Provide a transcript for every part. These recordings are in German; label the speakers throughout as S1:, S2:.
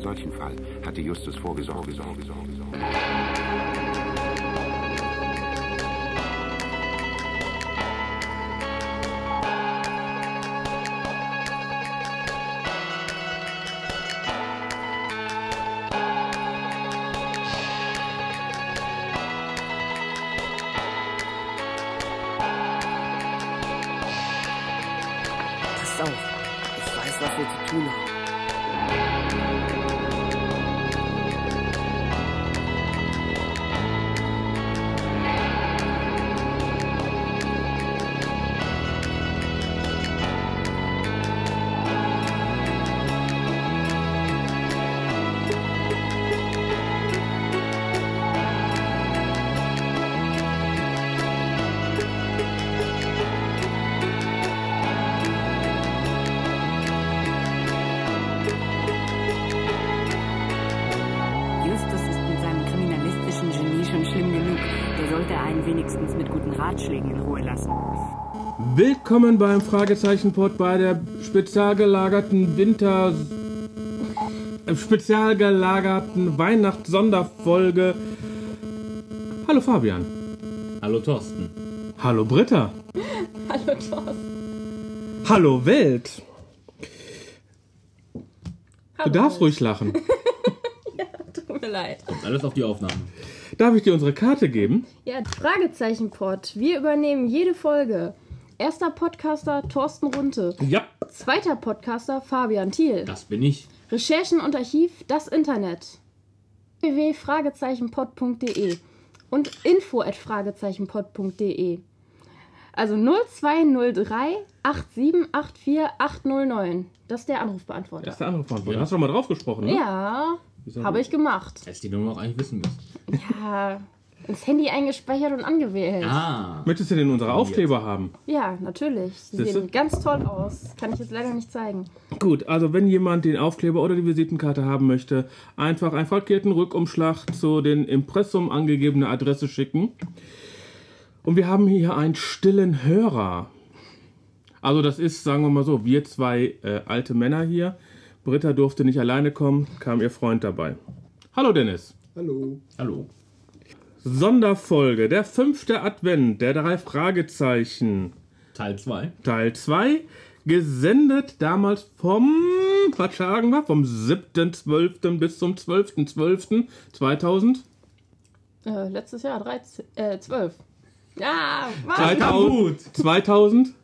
S1: solchen Fall hatte Justus vorgesorgt. gesorgt, gesorgt, gesorgt.
S2: Pass auf. Ich weiß, was wir zu tun haben. Justus ist mit seinem kriminalistischen Genie schon schlimm genug. Der sollte einen wenigstens mit guten Ratschlägen in Ruhe lassen.
S3: Willkommen beim Fragezeichenpod bei der spezial gelagerten Winter. äh, spezial gelagerten Weihnachts-Sonderfolge. Hallo Fabian.
S4: Hallo Thorsten.
S3: Hallo Britta.
S5: Hallo Thorsten.
S3: Hallo Welt. Du
S5: Hallo.
S3: darfst ruhig lachen.
S5: Tut mir leid.
S4: Kommt alles auf die Aufnahme.
S3: Darf ich dir unsere Karte geben?
S5: Ja, Fragezeichenpod. Wir übernehmen jede Folge. Erster Podcaster Thorsten Runte.
S3: Ja.
S5: Zweiter Podcaster Fabian Thiel.
S4: Das bin ich.
S5: Recherchen und Archiv, das Internet. www.fragezeichenpod.de und info.fragezeichenpod.de. Also 0203 8784809. Das ist der Anrufbeantworter.
S3: Das ist der andere Verantwortung.
S4: Ja.
S3: Hast du doch mal drauf gesprochen, ne?
S5: Ja, habe ich gemacht.
S4: Hättest die Nummer auch eigentlich wissen müssen.
S5: Ja, ins Handy eingespeichert und angewählt.
S4: Ah.
S3: Möchtest du denn unsere Aufkleber haben?
S5: Ja, natürlich. Sie
S3: Siehste?
S5: sehen ganz toll aus. Kann ich jetzt leider nicht zeigen.
S3: Gut, also wenn jemand den Aufkleber oder die Visitenkarte haben möchte, einfach einen frankierten Rückumschlag zu den Impressum angegebene Adresse schicken. Und wir haben hier einen stillen Hörer. Also das ist, sagen wir mal so, wir zwei äh, alte Männer hier. Britta durfte nicht alleine kommen, kam ihr Freund dabei. Hallo Dennis.
S6: Hallo.
S4: Hallo.
S3: Sonderfolge, der fünfte Advent, der drei Fragezeichen,
S4: Teil 2.
S3: Teil 2, gesendet damals vom, was sagen wir, vom 7.12. bis zum 12.12.2000.
S5: Äh, letztes Jahr 13, äh, 12. Ja, was?
S3: 2000. 2000.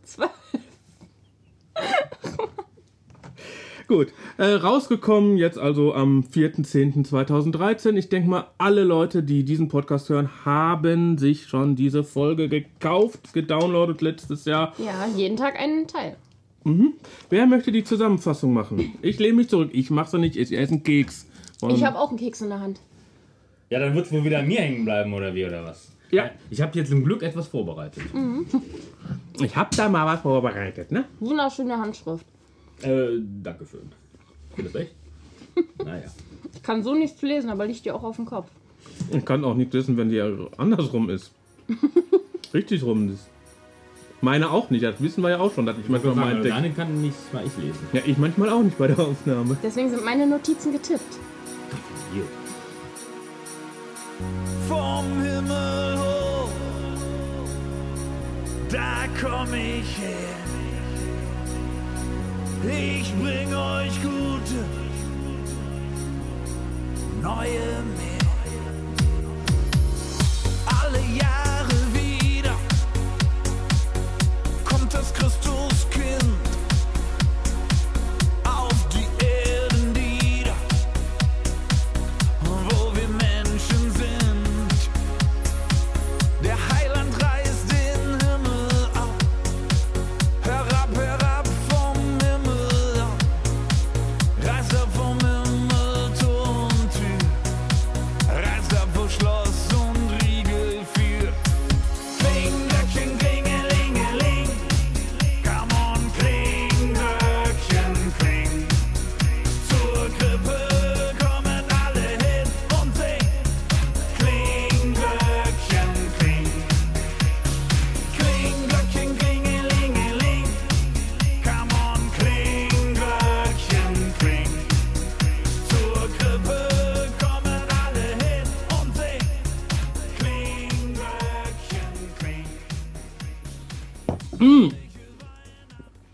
S3: Gut, äh, rausgekommen jetzt also am 4.10.2013. Ich denke mal, alle Leute, die diesen Podcast hören, haben sich schon diese Folge gekauft, gedownloadet letztes Jahr.
S5: Ja, jeden Tag einen Teil.
S3: Wer möchte die Zusammenfassung machen? Ich lehne mich zurück. Ich mache sie nicht. Ich esse einen Keks. Und
S5: Ich habe auch einen Keks in der Hand.
S4: Ja, dann wird's wohl wieder an mir hängen bleiben, oder wie, oder was?
S3: Ja.
S4: Ich habe hier zum Glück etwas vorbereitet.
S3: ich hab da mal was vorbereitet, ne?
S5: Wunderschöne Handschrift.
S4: Äh, danke schön. Geht das echt? naja.
S5: Ich kann so nichts lesen, aber liegt dir auch auf dem Kopf.
S3: Ich kann auch nicht wissen, wenn die andersrum ist. Richtig rum ist. Meine auch nicht. Das wissen wir ja auch schon, dass ich manchmal mein Deck.
S4: Daniel kann nicht mal ich lesen.
S3: Ja, ich manchmal auch nicht bei der Aufnahme.
S5: Deswegen sind meine Notizen getippt.
S4: Hier.
S7: vom Himmel hoch, da komm ich her. Ich bring euch gute neue mehr. Alle Jahre wieder kommt das Christuskind auf die Erden nieder wo wir Menschen sind. Der Heiland reißt den Himmel auf. Herab, herab vom Himmel auf. Reißt er vom Himmel Turmtür.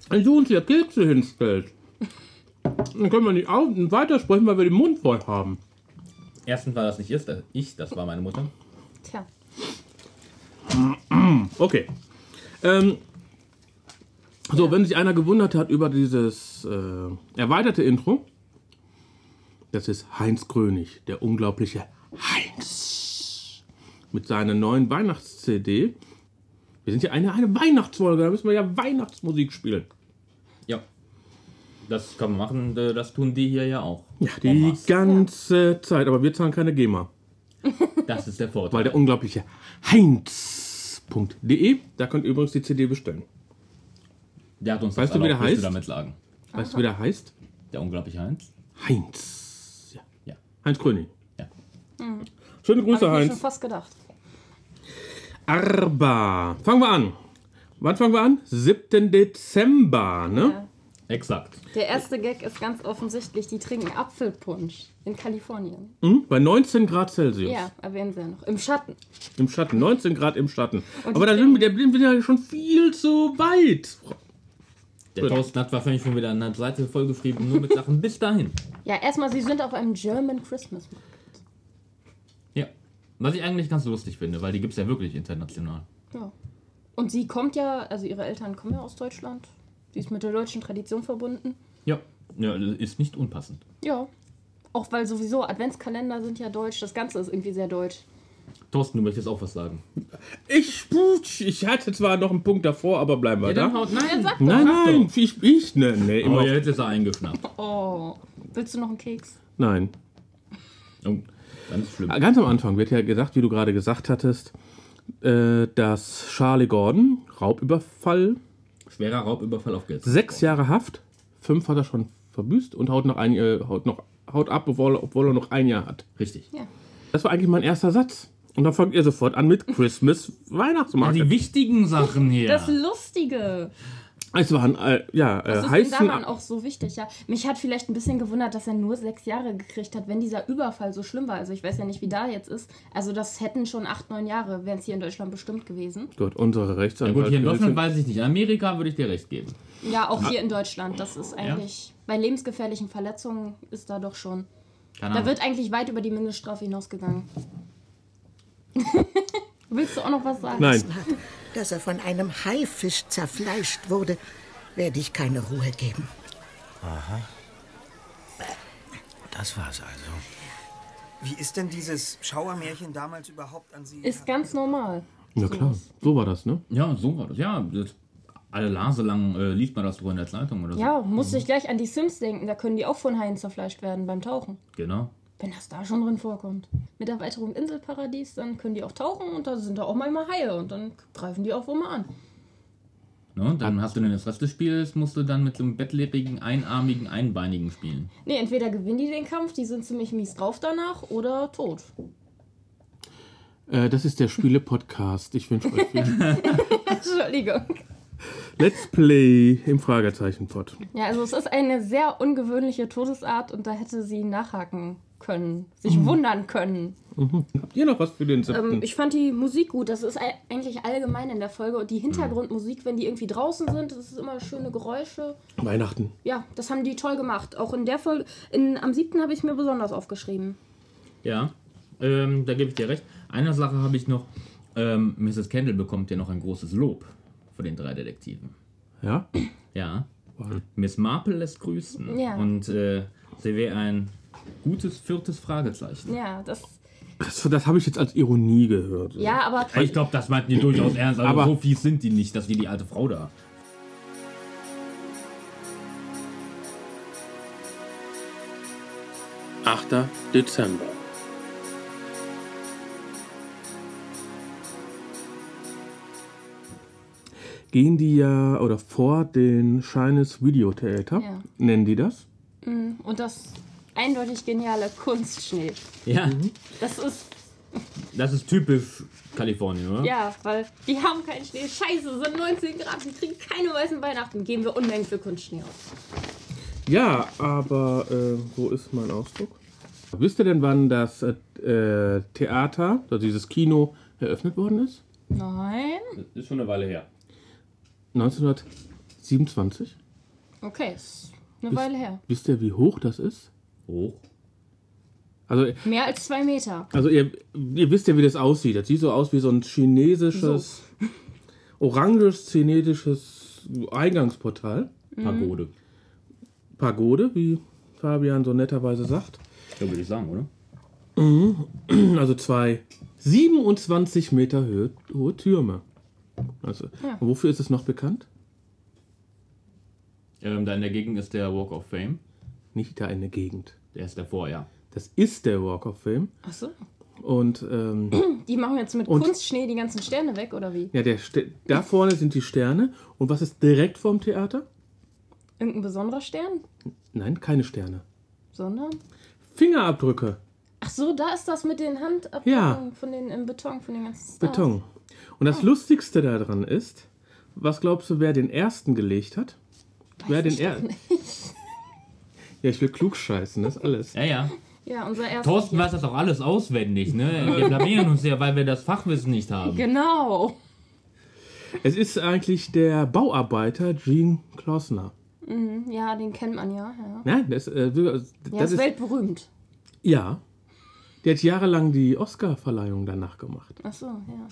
S3: Wenn du uns hier Kekse hinstellst, dann können wir nicht auf und weitersprechen, weil wir den Mund voll haben.
S4: Erstens war das nicht ich, das, ich, das war meine Mutter.
S5: Tja.
S3: Okay. Ähm, so, wenn sich einer gewundert hat über dieses äh, erweiterte Intro, das ist Heinz Grönig, der unglaubliche Heinz. Mit seiner neuen Weihnachts-CD. Wir sind ja eine, eine Weihnachtsfolge, da müssen wir ja Weihnachtsmusik spielen.
S4: Ja. Das kann man machen, äh, das tun die hier ja auch.
S3: Ja, die
S4: En masse.
S3: ganze Zeit, aber wir zahlen keine GEMA.
S4: Das ist der
S3: Weil
S4: Vorteil.
S3: der unglaubliche Heinz.de, E, da könnt ihr übrigens die CD bestellen.
S4: Der hat uns
S3: Weißt
S4: das
S3: du, wie der
S4: erlaubt,
S3: heißt?
S4: willst du damit lagen.
S3: Weißt du, wie der heißt?
S4: Der unglaubliche Heinz.
S3: Heinz. Ja.
S4: Ja.
S3: Heinz Gröning.
S4: Ja.
S3: Schöne Grüße,
S5: Mhm. Hab ich mir schon
S3: Heinz.
S5: fast gedacht.
S3: Arba. Fangen wir an. Wann fangen wir an? 7. Dezember, ne?
S4: Exakt.
S5: Der erste Gag ist ganz offensichtlich, die trinken Apfelpunsch in Kalifornien.
S3: Hm? Bei 19 Grad Celsius.
S5: Ja, erwähnen sie ja noch. Im Schatten.
S3: Im Schatten. 19 Grad im Schatten. Aber da sind wir, da sind wir ja schon viel zu weit.
S4: Der Thorsten hat wahrscheinlich schon wieder eine Seite vollgeschrieben, nur mit Sachen bis dahin.
S5: Ja, erstmal, sie sind auf einem German Christmas. Market.
S4: Ja. Was ich eigentlich ganz lustig finde, weil die gibt es ja wirklich international.
S5: Ja. Und sie kommt ja, also ihre Eltern kommen ja aus Deutschland. Sie ist mit der deutschen Tradition verbunden.
S4: Ja. Ja, ist nicht unpassend.
S5: Ja. Auch weil sowieso Adventskalender sind ja deutsch. Das Ganze ist irgendwie sehr deutsch.
S4: Thorsten, du möchtest auch was sagen.
S3: Ich, ich hatte zwar noch einen Punkt davor, aber bleiben wir da.
S4: haut nein. Sag
S3: Nein, nein, ich, ich, ne, ne, immer.
S4: Oh,
S3: auf-
S4: jetzt ist er eingeschnappt.
S5: Oh. Willst du noch einen Keks?
S3: Nein.
S4: Oh, dann ist
S5: Ah.
S4: schlimm.
S3: Ganz am Anfang wird ja gesagt, wie du gerade gesagt hattest, äh, dass Charlie Gordon, Raubüberfall,
S4: Schwerer Raubüberfall auf Geld.
S3: sechs Jahre Haft, fünf hat er schon verbüßt und haut noch ein, äh, haut noch, haut ab, obwohl, obwohl er noch ein Jahr hat.
S4: Richtig.
S5: Ja.
S3: Das war eigentlich mein erster Satz. Und dann fangt ihr sofort an mit Christmas Weihnachtsmarkt.
S4: Die wichtigen Sachen hier.
S5: Das Lustige.
S3: es waren, äh, ja, äh,
S5: Das ist den
S3: heißen,
S5: Damen auch so wichtig, ja. Mich hat vielleicht ein bisschen gewundert, dass er nur sechs Jahre gekriegt hat, wenn dieser Überfall so schlimm war. Also ich weiß ja nicht, wie da jetzt ist. Also das hätten schon acht, neun Jahre, wären es hier in Deutschland bestimmt gewesen.
S3: Gott, unsere Rechtsanwältin.
S4: Gut, hier in Deutschland weiß ich nicht. In Amerika würde ich dir recht geben.
S5: Ja, auch hier in Deutschland. Das ist eigentlich, bei lebensgefährlichen Verletzungen ist da doch schon.
S4: Keine
S5: Da
S4: Ahnung.
S5: wird eigentlich weit über die Mindeststrafe hinausgegangen. Willst du auch noch was sagen?
S3: Nein,
S6: dass er von einem Haifisch zerfleischt wurde, werde ich keine Ruhe geben.
S8: Das war's also.
S9: Wie ist denn dieses Schauermärchen damals überhaupt an Sie?
S5: Ist ganz normal.
S3: ja klar, so war das, ne?
S4: Ja, so war das. Ja, das, alle Lase lang äh, liest man das so in der Zeitung oder so.
S5: Ja,
S4: Mhm.
S5: musste ich gleich an die Sims denken. Da können die auch von Haien zerfleischt werden beim Tauchen.
S4: Genau.
S5: Wenn das da schon drin vorkommt. Mit der Erweiterung Inselparadies, dann können die auch tauchen und da sind da auch manchmal Haie und dann greifen die auch wohl mal an.
S4: Ne, und dann hast du dann das Rest des Spiels, musst du dann mit so einem bettläppigen, einarmigen, einbeinigen spielen.
S5: Nee, entweder gewinnen die den Kampf, die sind ziemlich mies drauf danach, oder tot.
S3: Äh, das ist der Spiele-Podcast. Ich wünsche euch viel
S5: Entschuldigung.
S3: Let's Play im Fragezeichen-Pod.
S5: Ja, also es ist eine sehr ungewöhnliche Todesart und da hätte sie nachhaken können, sich
S4: Mhm.
S5: wundern können.
S3: Habt ihr noch was für den siebten?
S5: Ähm, ich fand die Musik gut, das ist ei- eigentlich allgemein in der Folge. Und die Hintergrundmusik, wenn die irgendwie draußen sind, das ist immer schöne Geräusche.
S3: Weihnachten.
S5: Ja, das haben die toll gemacht. Auch in der Folge, in, am siebten habe ich mir besonders aufgeschrieben.
S4: Ja, ähm, da gebe ich dir recht. Eine Sache habe ich noch. Ähm, Mrs. Kendall bekommt ja noch ein großes Lob von den drei Detektiven.
S3: Ja?
S4: Ja. Miss Marple lässt grüßen.
S5: Ja.
S4: Und äh, sie wäre ein gutes viertes Fragezeichen.
S5: Ja, das.
S3: Das, das habe ich jetzt als Ironie gehört.
S5: Ja, aber
S4: Ich glaube, das meinten die durchaus ernst, aber,
S3: Aber-
S4: so fies sind die nicht, dass die die alte Frau da.
S3: Dezember. Gehen die ja oder vor den Shines Video Theater,
S5: Ja.
S3: nennen die das?
S5: und das eindeutig geniale Kunstschnee.
S4: Ja,
S5: Das ist
S4: das ist typisch Kalifornien, oder?
S5: ja, weil die haben keinen Schnee. Scheiße, es sind 19 Grad, wir kriegen keine weißen Weihnachten. Geben wir Unmengen für Kunstschnee aus.
S3: Ja, aber äh, wo ist mein Ausdruck? Wisst ihr denn, wann das äh, äh, Theater, also dieses Kino, eröffnet worden ist?
S5: Nein.
S4: Ist schon eine Weile her.
S3: 1927?
S5: Okay, ist eine Weile her.
S3: Wisst ihr, wie hoch das ist?
S4: Hoch.
S3: Also,
S5: Mehr als zwei Meter.
S3: also ihr, ihr wisst ja, wie das aussieht. Das sieht so aus wie so ein chinesisches, oranges chinesisches Eingangsportal.
S5: Mhm.
S4: Pagode.
S3: Pagode, wie Fabian so netterweise sagt.
S4: Ja, würde ich sagen, oder?
S3: Also zwei 27 Meter Höhe, hohe Türme. Also, wofür ist es noch bekannt?
S4: Ähm, da in der Gegend ist der Walk of Fame.
S3: Nicht da in der Gegend.
S4: Der ist davor, ja.
S3: Das ist der Walk of Fame.
S5: Achso.
S3: Und ähm,
S5: Die machen jetzt mit
S3: Und-
S5: Kunstschnee die ganzen Sterne weg, oder wie?
S3: ja, der, Ste- da vorne sind die Sterne. Und was ist direkt vorm Theater?
S5: Irgendein besonderer Stern?
S3: Nein, keine Sterne.
S5: Sondern?
S3: Fingerabdrücke.
S5: Ach so, da ist das mit den Handabdrücken
S3: Ja.
S5: von den im Beton, von den ganzen Stars.
S3: Beton. Ah. Und das Lustigste daran ist, was glaubst du, wer den ersten gelegt hat? wer den ersten? Ja, ich will klug scheißen, das ist alles.
S4: Ja, ja.
S5: Ja, unser erster.
S4: Thorsten weiß das doch alles auswendig, ne? Wir blamieren uns ja, weil wir das Fachwissen nicht haben.
S5: Genau.
S3: Es ist eigentlich der Bauarbeiter Gene Klausner.
S5: Ja, den kennt man ja. Ja,
S3: Nein, das, äh, das,
S5: ja ist,
S3: ist
S5: weltberühmt.
S3: ja. Der hat jahrelang die Oscar-Verleihung danach gemacht.
S5: Ach so, ja.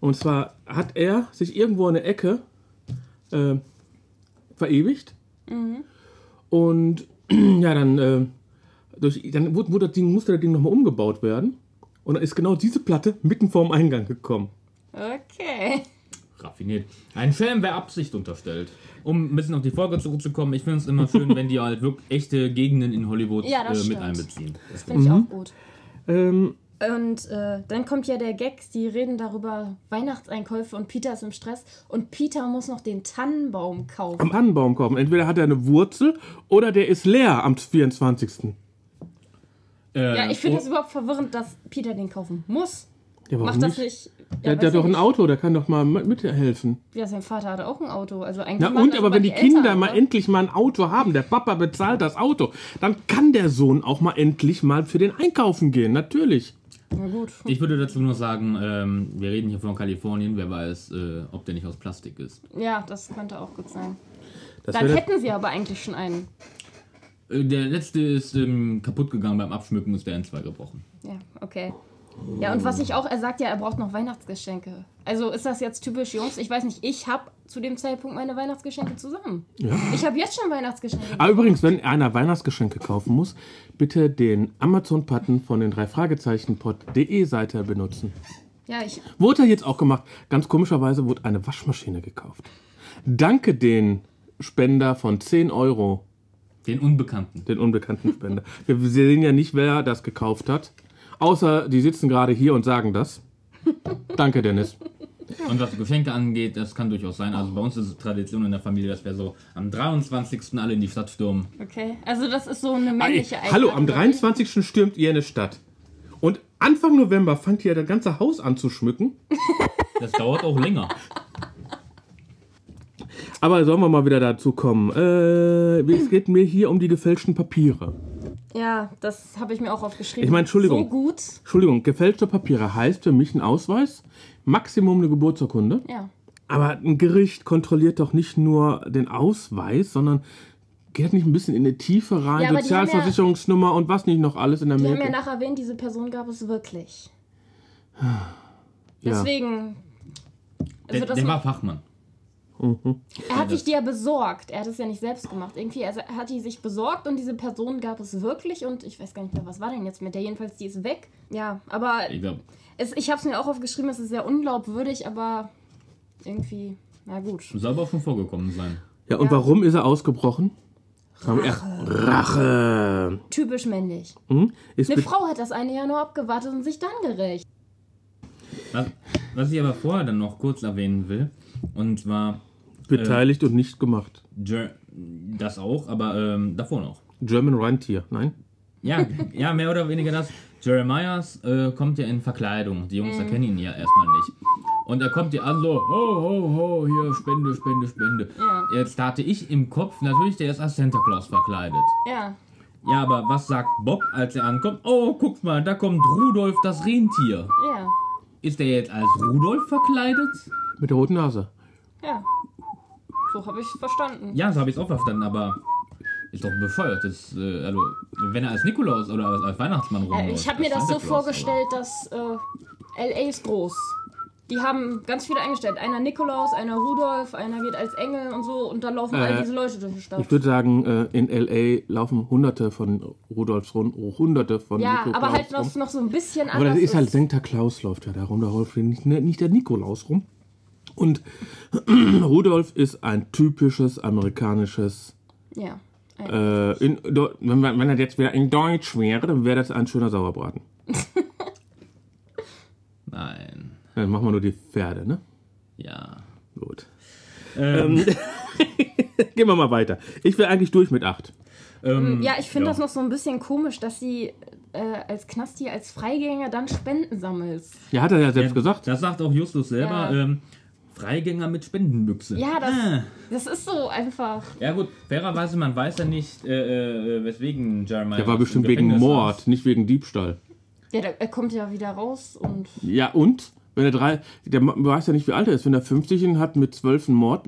S3: Und zwar hat er sich irgendwo in der Ecke äh, verewigt.
S5: Mhm.
S3: Und ja, dann, äh, durch, dann wurde, wurde das Ding, musste das Ding nochmal umgebaut werden. Und dann ist genau diese Platte mitten vorm Eingang gekommen.
S5: Okay.
S3: Mhm.
S4: Raffiniert. Ein Film, wer Absicht unterstellt. Um ein bisschen auf die Folge zurückzukommen, ich finde es immer schön, wenn die halt wirklich echte Gegenden in Hollywood
S5: Ja, das
S4: äh, mit
S5: stimmt.
S4: einbeziehen. Das
S5: Finde ich auch gut.
S3: Ähm,
S5: Und äh, dann kommt ja der Gag, die reden darüber Weihnachtseinkäufe und Peter ist im Stress und Peter muss noch den Tannenbaum kaufen.
S3: am Tannenbaum kommen. Entweder hat er eine Wurzel oder der ist leer am 24.
S4: äh,
S5: Ja, ich finde
S4: oh,
S5: das überhaupt verwirrend, dass Peter den kaufen muss.
S3: Ja, warum
S5: Macht
S3: nicht?
S5: das nicht.
S3: Der,
S5: weiß
S3: der hat doch
S5: ich
S3: ein
S5: nicht.
S3: Auto, der kann doch mal mit- mithelfen.
S5: Ja, sein Vater hatte auch ein Auto. Also eigentlich
S3: Na
S5: machen
S3: und,
S5: das
S3: aber
S5: immer
S3: wenn die, Kinder
S5: Eltern, ne?
S3: mal
S5: oder?
S3: endlich mal ein Auto haben, der Papa bezahlt das Auto, dann kann der Sohn auch mal endlich mal für den Einkaufen gehen, natürlich.
S5: Na gut.
S4: ich würde dazu nur sagen, ähm, wir reden hier von Kalifornien, wer weiß, äh, ob der nicht aus Plastik ist.
S5: Ja, das könnte auch gut sein.
S3: Das
S5: Dann
S3: wäre-
S5: hätten sie aber eigentlich schon einen.
S4: Äh, der letzte ist ähm, kaputt gegangen beim Abschmücken, ist der in zwei gebrochen.
S5: Ja, okay. Ja, und was ich auch, er sagt ja, er braucht noch Weihnachtsgeschenke. Also ist das jetzt typisch Jungs? Ich weiß nicht, ich habe zu dem Zeitpunkt meine Weihnachtsgeschenke zusammen. Ich habe jetzt schon Weihnachtsgeschenke.
S3: ah, übrigens, wenn einer Weihnachtsgeschenke kaufen muss, bitte den Amazon-Button von den drei Fragezeichenpod.de E Seite benutzen.
S5: Ja, ich,
S3: Wurde ja jetzt auch gemacht. Ganz komischerweise wurde eine Waschmaschine gekauft. Danke den Spender von 10 Euro,
S4: Den Unbekannten.
S3: den unbekannten Spender. Wir sehen ja nicht, wer das gekauft hat. Außer die sitzen gerade hier und sagen das. Danke, Dennis.
S4: Und was Geschenke angeht, das kann durchaus sein. Also bei uns ist es Tradition in der Familie, dass wir so am 23. alle in die Stadt stürmen.
S5: okay. Also das ist so eine
S3: Ey,
S5: männliche Eigenschaft.
S3: hallo, am 23. stürmt ihr eine Stadt. Und Anfang November fangt ihr das ganze Haus an zu schmücken.
S4: Das dauert auch länger.
S3: Aber sollen wir mal wieder dazu kommen? Äh, es geht mir hier um die gefälschten Papiere.
S5: Ja, das habe ich mir auch aufgeschrieben.
S3: Ich meine, Entschuldigung.
S5: So gut.
S3: Entschuldigung, gefälschte Papiere heißt für mich ein Ausweis, Maximum eine Geburtsurkunde.
S5: Ja.
S3: Aber ein Gericht kontrolliert doch nicht nur den Ausweis, sondern geht nicht ein bisschen in die Tiefe rein,
S5: Ja, aber die haben ja-
S3: Sozialversicherungsnummer und was nicht noch alles in der
S5: Wir haben ja
S3: Mitte.
S5: nach erwähnt, diese Person gab es wirklich.
S3: Ja.
S5: Deswegen.
S4: Der,
S5: Also das
S4: der
S5: ma-
S4: war Fachmann.
S5: er hat sich die ja besorgt. Er hat es ja nicht selbst gemacht. Irgendwie er er hat die sich besorgt und diese Person gab es wirklich. Und ich weiß gar nicht mehr, was war denn jetzt mit der? Jedenfalls, die ist weg. Ja, aber
S4: Ich glaub,
S5: es, ich habe es mir auch aufgeschrieben. Es ist sehr unglaubwürdig, aber irgendwie, na gut.
S4: soll aber auch schon vorgekommen sein.
S3: ja, und warum ist er ausgebrochen? Rache. Rache.
S5: Typisch männlich.
S3: Hm? Ist
S5: Eine
S3: be-
S5: Frau hat das eine Jahr nur abgewartet und sich dann gerecht.
S4: Was, was ich aber vorher dann noch kurz erwähnen will, und zwar
S3: beteiligt und nicht gemacht.
S4: Ger das auch, aber ähm, davor noch.
S3: German Rentier, nein?
S4: Ja, ja, mehr oder weniger das. Jeremias äh, kommt ja in Verkleidung. Die
S5: Mhm.
S4: Jungs erkennen ihn ja erstmal nicht. Und er kommt ja an so, ho, ho, ho, hier, Spende, Spende, Spende.
S5: Ja.
S4: Jetzt hatte ich im Kopf, natürlich, der ist als Santa Claus verkleidet.
S5: Ja,
S4: Ja, aber was sagt Bob, als er ankommt? Oh, guck mal, da kommt Rudolf, das Rentier.
S5: ja,
S4: Ist der jetzt als Rudolf verkleidet?
S3: Mit der roten Nase.
S5: ja. So habe ich es verstanden.
S4: Ja, so habe ich es auch verstanden, aber ist doch bescheuert. Das, äh, also, wenn er als Nikolaus oder als, als Weihnachtsmann rumläuft.
S5: Äh, ich habe mir
S4: als
S5: das so
S4: Santa Claus,
S5: vorgestellt, dass äh, LA ist groß. Die haben ganz viele eingestellt. Einer Nikolaus, einer Rudolf, einer geht als Engel und so. Und dann laufen all
S3: Äh,
S5: diese Leute durch die Stadt.
S3: Ich würde sagen, äh, in L.A. laufen hunderte von Rudolfs rum, hunderte von
S5: Ja,
S3: Nikolaus
S5: aber halt
S3: rum.
S5: noch, noch so ein bisschen
S3: Aber
S5: anders.
S3: das ist halt Sankter Klaus läuft ja da rum, da läuft nicht, ne, nicht der Nikolaus rum. Und Rudolf ist ein typisches amerikanisches,
S5: Ja.
S3: äh, in, do, wenn, man- wenn das jetzt wieder in Deutsch wäre, dann wäre das ein schöner Sauerbraten.
S4: Nein.
S3: Dann machen wir nur die Pferde, ne?
S4: Ja.
S3: Gut.
S4: Ähm,
S3: Gehen wir mal weiter. Ich wäre eigentlich durch mit 8.
S4: ähm,
S5: Ja, ich finde
S4: ja.
S5: das noch so ein bisschen komisch, dass sie äh, als Knasti, als Freigänger dann Spenden sammelst.
S3: Ja, hat er ja selbst gesagt.
S4: Das sagt auch Justus selber.
S5: Ja.
S4: Ähm, Freigänger mit Spendenbüchse.
S5: Ja, das,
S4: Ah.
S5: das ist so einfach.
S4: Ja gut, fairerweise, man weiß ja nicht, äh, äh, weswegen Jeremiah.
S3: Der war
S4: im
S3: bestimmt wegen
S4: Gefängnis
S3: Mord,
S4: saß.
S3: nicht wegen Diebstahl.
S5: Ja, der, er kommt ja wieder raus und
S3: Ja, und? Wenn er drei. Der Ma- weiß ja nicht, wie alt er ist. Wenn er 50 ihn hat mit 12 einen Mord.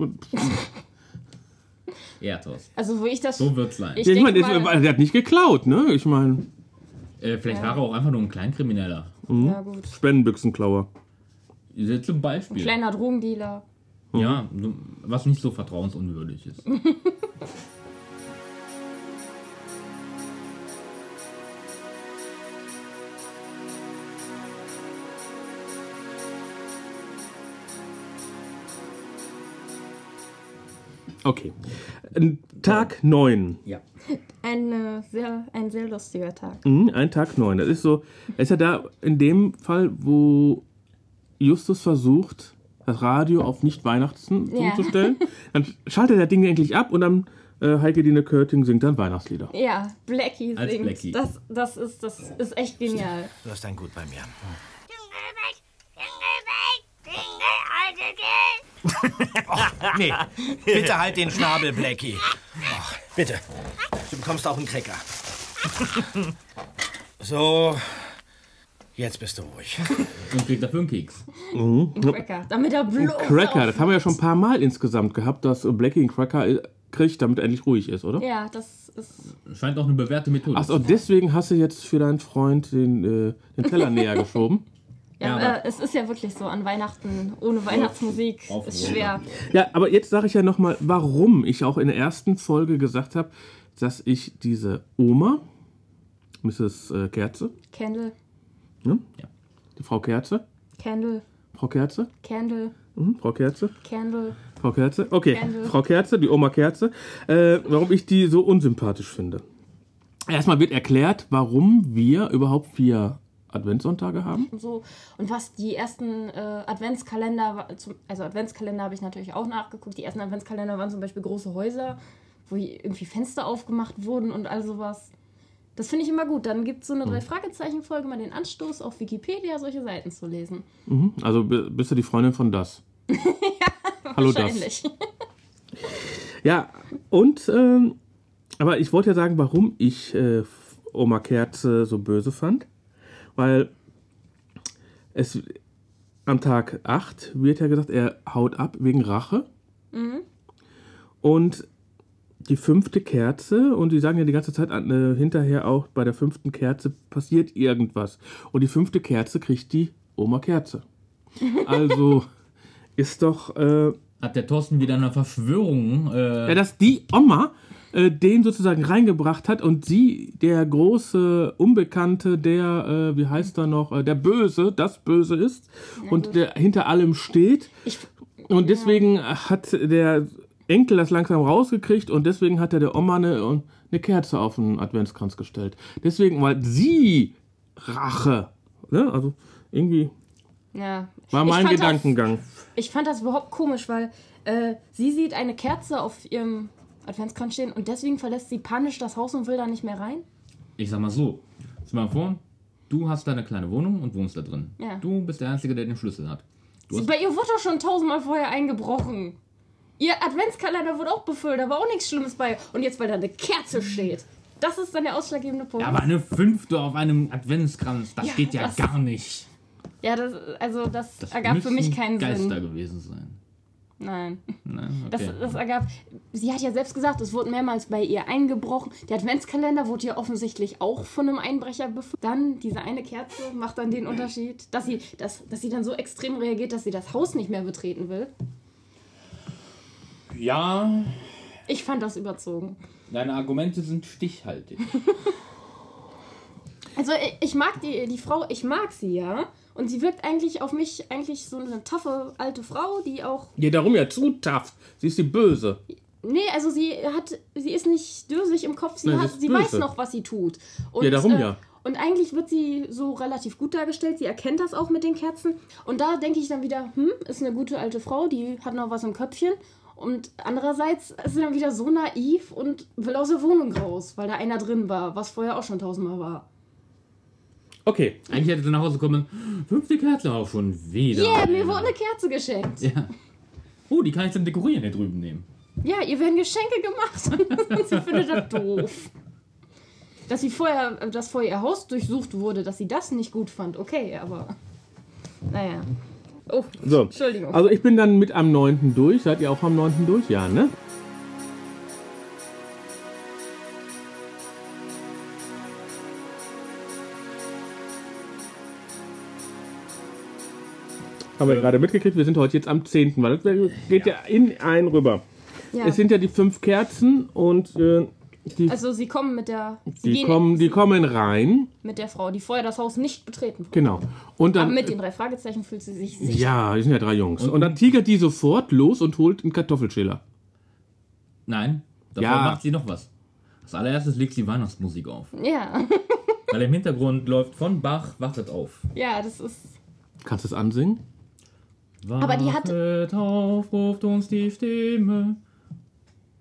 S4: Ja, Thorsten.
S5: also wo ich das
S4: So wird's sein.
S5: ich
S3: Ich, meine,
S5: denke
S3: der,
S5: mal,
S3: ist- der hat nicht geklaut, ne? Ich meine,
S4: Äh, vielleicht war er auch einfach nur ein Kleinkrimineller.
S5: ja
S3: Hm?
S5: gut,
S3: Spendenbüchsenklauer.
S4: Ja, Zum Beispiel.
S5: kleiner Drogendealer.
S4: ja, so- was nicht so vertrauensunwürdig ist.
S3: Okay. Ein Tag 9.
S4: ja.
S5: Ein sehr ein sehr lustiger Tag.
S3: Mhm, ein Tag 9. Das ist so. Er ist ja da in dem Fall, wo Justus versucht, das Radio auf Nicht-Weihnachten
S5: Ja.
S3: umzustellen. Dann schaltet er Dinge endlich ab und dann äh, Heike Dine Körting singt dann Weihnachtslieder.
S5: Ja, Blackie
S4: Als
S5: singt.
S4: Blackie.
S5: Das das ist das ist echt genial.
S8: Du hast dann gut bei mir. Nee, bitte halt den Schnabel, Blackie. Ach, bitte. Du bekommst auch einen Cracker. So, jetzt bist du ruhig.
S4: Und kriegt dafür einen Keks.
S5: Ein Cracker, damit er bloß
S3: Cracker,
S5: auf-
S3: das haben wir ja schon ein paar Mal insgesamt gehabt, dass Blackie einen Cracker äh, kriegt, damit er endlich ruhig ist, oder?
S5: Ja, das ist
S4: Scheint auch eine bewährte Methode.
S3: Achso, deswegen hast du jetzt für deinen Freund den, äh, den Teller näher geschoben.
S5: ja,
S4: aber-
S5: äh, es ist ja wirklich so an Weihnachten ohne Weihnachtsmusik
S4: Auf-
S5: ist schwer.
S3: Ja, aber jetzt sage ich ja nochmal, warum ich auch in der ersten Folge gesagt habe, dass ich diese Oma, Mrs. äh, Kerze,
S5: Candle,
S3: ne?
S4: Ja.
S3: die Frau Kerze,
S5: Candle,
S3: Frau Kerze,
S5: Candle,
S3: mhm, Frau Kerze,
S5: Candle.
S3: Frau Kerze, okay,
S5: Gerne.
S3: Frau Kerze, die Oma Kerze, äh, warum ich die so unsympathisch finde. Erstmal wird erklärt, warum wir überhaupt vier Adventssonntage haben.
S5: und so. Und was die ersten äh, Adventskalender, wa- zum, also Adventskalender habe ich natürlich auch nachgeguckt. Die ersten Adventskalender waren zum Beispiel große Häuser, wo hier irgendwie Fenster aufgemacht wurden und all sowas. Das finde ich immer gut. Dann gibt es so eine Drei-Fragezeichen-Folge, mal den Anstoß auf Wikipedia, solche Seiten zu lesen.
S3: Also b- bist du die Freundin von das. Hallo das.
S5: Wahrscheinlich.
S3: Ja, und, ähm, aber ich wollte ja sagen, warum ich äh, Oma Kerze so böse fand. Weil es am Tag 8 wird ja gesagt, er haut ab wegen Rache. Und die fünfte Kerze, und die sagen ja die ganze Zeit an- äh, hinterher auch, bei der fünften Kerze passiert irgendwas. Und die fünfte Kerze kriegt die Oma Kerze. Also ist doch. Äh,
S4: Hat der Thorsten wieder eine Verschwörung? Äh,
S3: ja, dass die Oma äh, den sozusagen reingebracht hat und sie, der große Unbekannte, der, äh, wie heißt er noch, äh, der Böse, das Böse ist und der hinter allem steht.
S5: Ich,
S3: Und deswegen hat der Enkel das langsam rausgekriegt und deswegen hat er der Oma eine, eine Kerze auf den Adventskranz gestellt. Deswegen, weil sie Rache, ne? also irgendwie
S5: ja.
S3: war
S5: ich
S3: mein
S5: fand
S3: Gedankengang.
S5: Das, ich fand das überhaupt komisch, weil äh, sie sieht eine Kerze auf ihrem Adventskranz stehen und deswegen verlässt sie panisch das Haus und will da nicht mehr rein.
S4: ich sag mal so, stell mal vor, du hast deine kleine Wohnung und wohnst da drin.
S5: Ja.
S4: Du bist der Einzige, der den Schlüssel hat. hast-
S5: Bei ihr wurde doch schon tausendmal vorher eingebrochen. Ihr Adventskalender wurde auch befüllt, da war auch nichts Schlimmes bei. Und jetzt, weil da eine Kerze steht. Das ist dann der ausschlaggebende Punkt.
S4: Ja, aber eine fünfte auf einem Adventskranz, das geht ja
S5: das-
S4: gar nicht.
S5: Ja, das, also das,
S4: Das
S5: ergab für mich
S4: müssen
S5: keinen
S4: Geister
S5: Sinn.
S4: gewesen sein.
S5: Nein.
S4: Nein,
S5: Das,
S4: okay.
S5: das ergab. Sie hat ja selbst gesagt, es wurde mehrmals bei ihr eingebrochen. Der Adventskalender wurde ja offensichtlich auch von einem Einbrecher befunden. Dann diese eine Kerze macht dann den Unterschied, dass sie, dass, dass sie dann so extrem reagiert, dass sie das Haus nicht mehr betreten will.
S4: ja,
S5: Ich fand das überzogen.
S4: deine Argumente sind stichhaltig.
S5: Also ich, ich mag die, die Frau, ich mag sie ja. Und sie wirkt eigentlich auf mich eigentlich so eine taffe alte Frau, die auch.
S3: Geht darum ja zu tough. Sie ist die Böse.
S5: Nee, also sie hat, sie ist nicht dösig im Kopf, sie,
S3: Nein, sie
S5: hat,
S3: ist
S5: sie
S3: böse.
S5: weiß noch, was sie tut. Und, äh,
S3: Ja, darum ja.
S5: Und eigentlich wird sie so relativ gut dargestellt, sie erkennt das auch mit den Kerzen. Und da denke ich dann wieder, hm, ist eine gute alte Frau, die hat noch was im Köpfchen. Und andererseits ist sie dann wieder so naiv und will aus der Wohnung raus, weil da einer drin war, was vorher auch schon tausendmal war.
S3: Okay.
S4: Eigentlich hätte sie nach Hause kommen, fünfte Kerze auch schon wieder.
S5: Yeah, mir wurde eine Kerze geschenkt.
S4: Ja. Oh, die kann ich dann dekorieren hier drüben nehmen.
S5: Ja, ihr werden Geschenke gemacht. sie findet das doof. Dass sie vorher, dass vorher ihr Haus durchsucht wurde, dass sie das nicht gut fand. Okay, aber. Naja. Oh,
S3: So.
S5: Entschuldigung.
S3: Also ich bin dann mit am 9. durch. Seid ihr auch am 9. durch? Ja, ne? Haben wir gerade mitgekriegt, wir sind heute jetzt am 10., weil das geht ja, in einen rüber.
S5: ja.
S3: Es sind ja die fünf Kerzen und äh, die,
S5: Also sie kommen mit der. Sie
S3: die,
S5: gehen
S3: kommen, die kommen rein.
S5: mit der Frau, die vorher das Haus nicht betreten wollte.
S3: Genau. Und
S5: Aber
S3: dann
S5: mit den drei Fragezeichen fühlt sie sich sicher.
S3: Ja, die sind ja drei Jungs. Und, dann tigert die sofort los und holt einen Kartoffelschäler.
S4: Nein, davor
S3: Ja.
S4: macht sie noch was. Als allererstes legt sie Weihnachtsmusik auf.
S5: Ja.
S4: Weil im Hintergrund läuft von Bach, wartet auf.
S5: ja, das ist.
S3: Kannst du das ansingen?
S5: Aber die hat-
S4: Wartet auf, ruft uns die Stimme.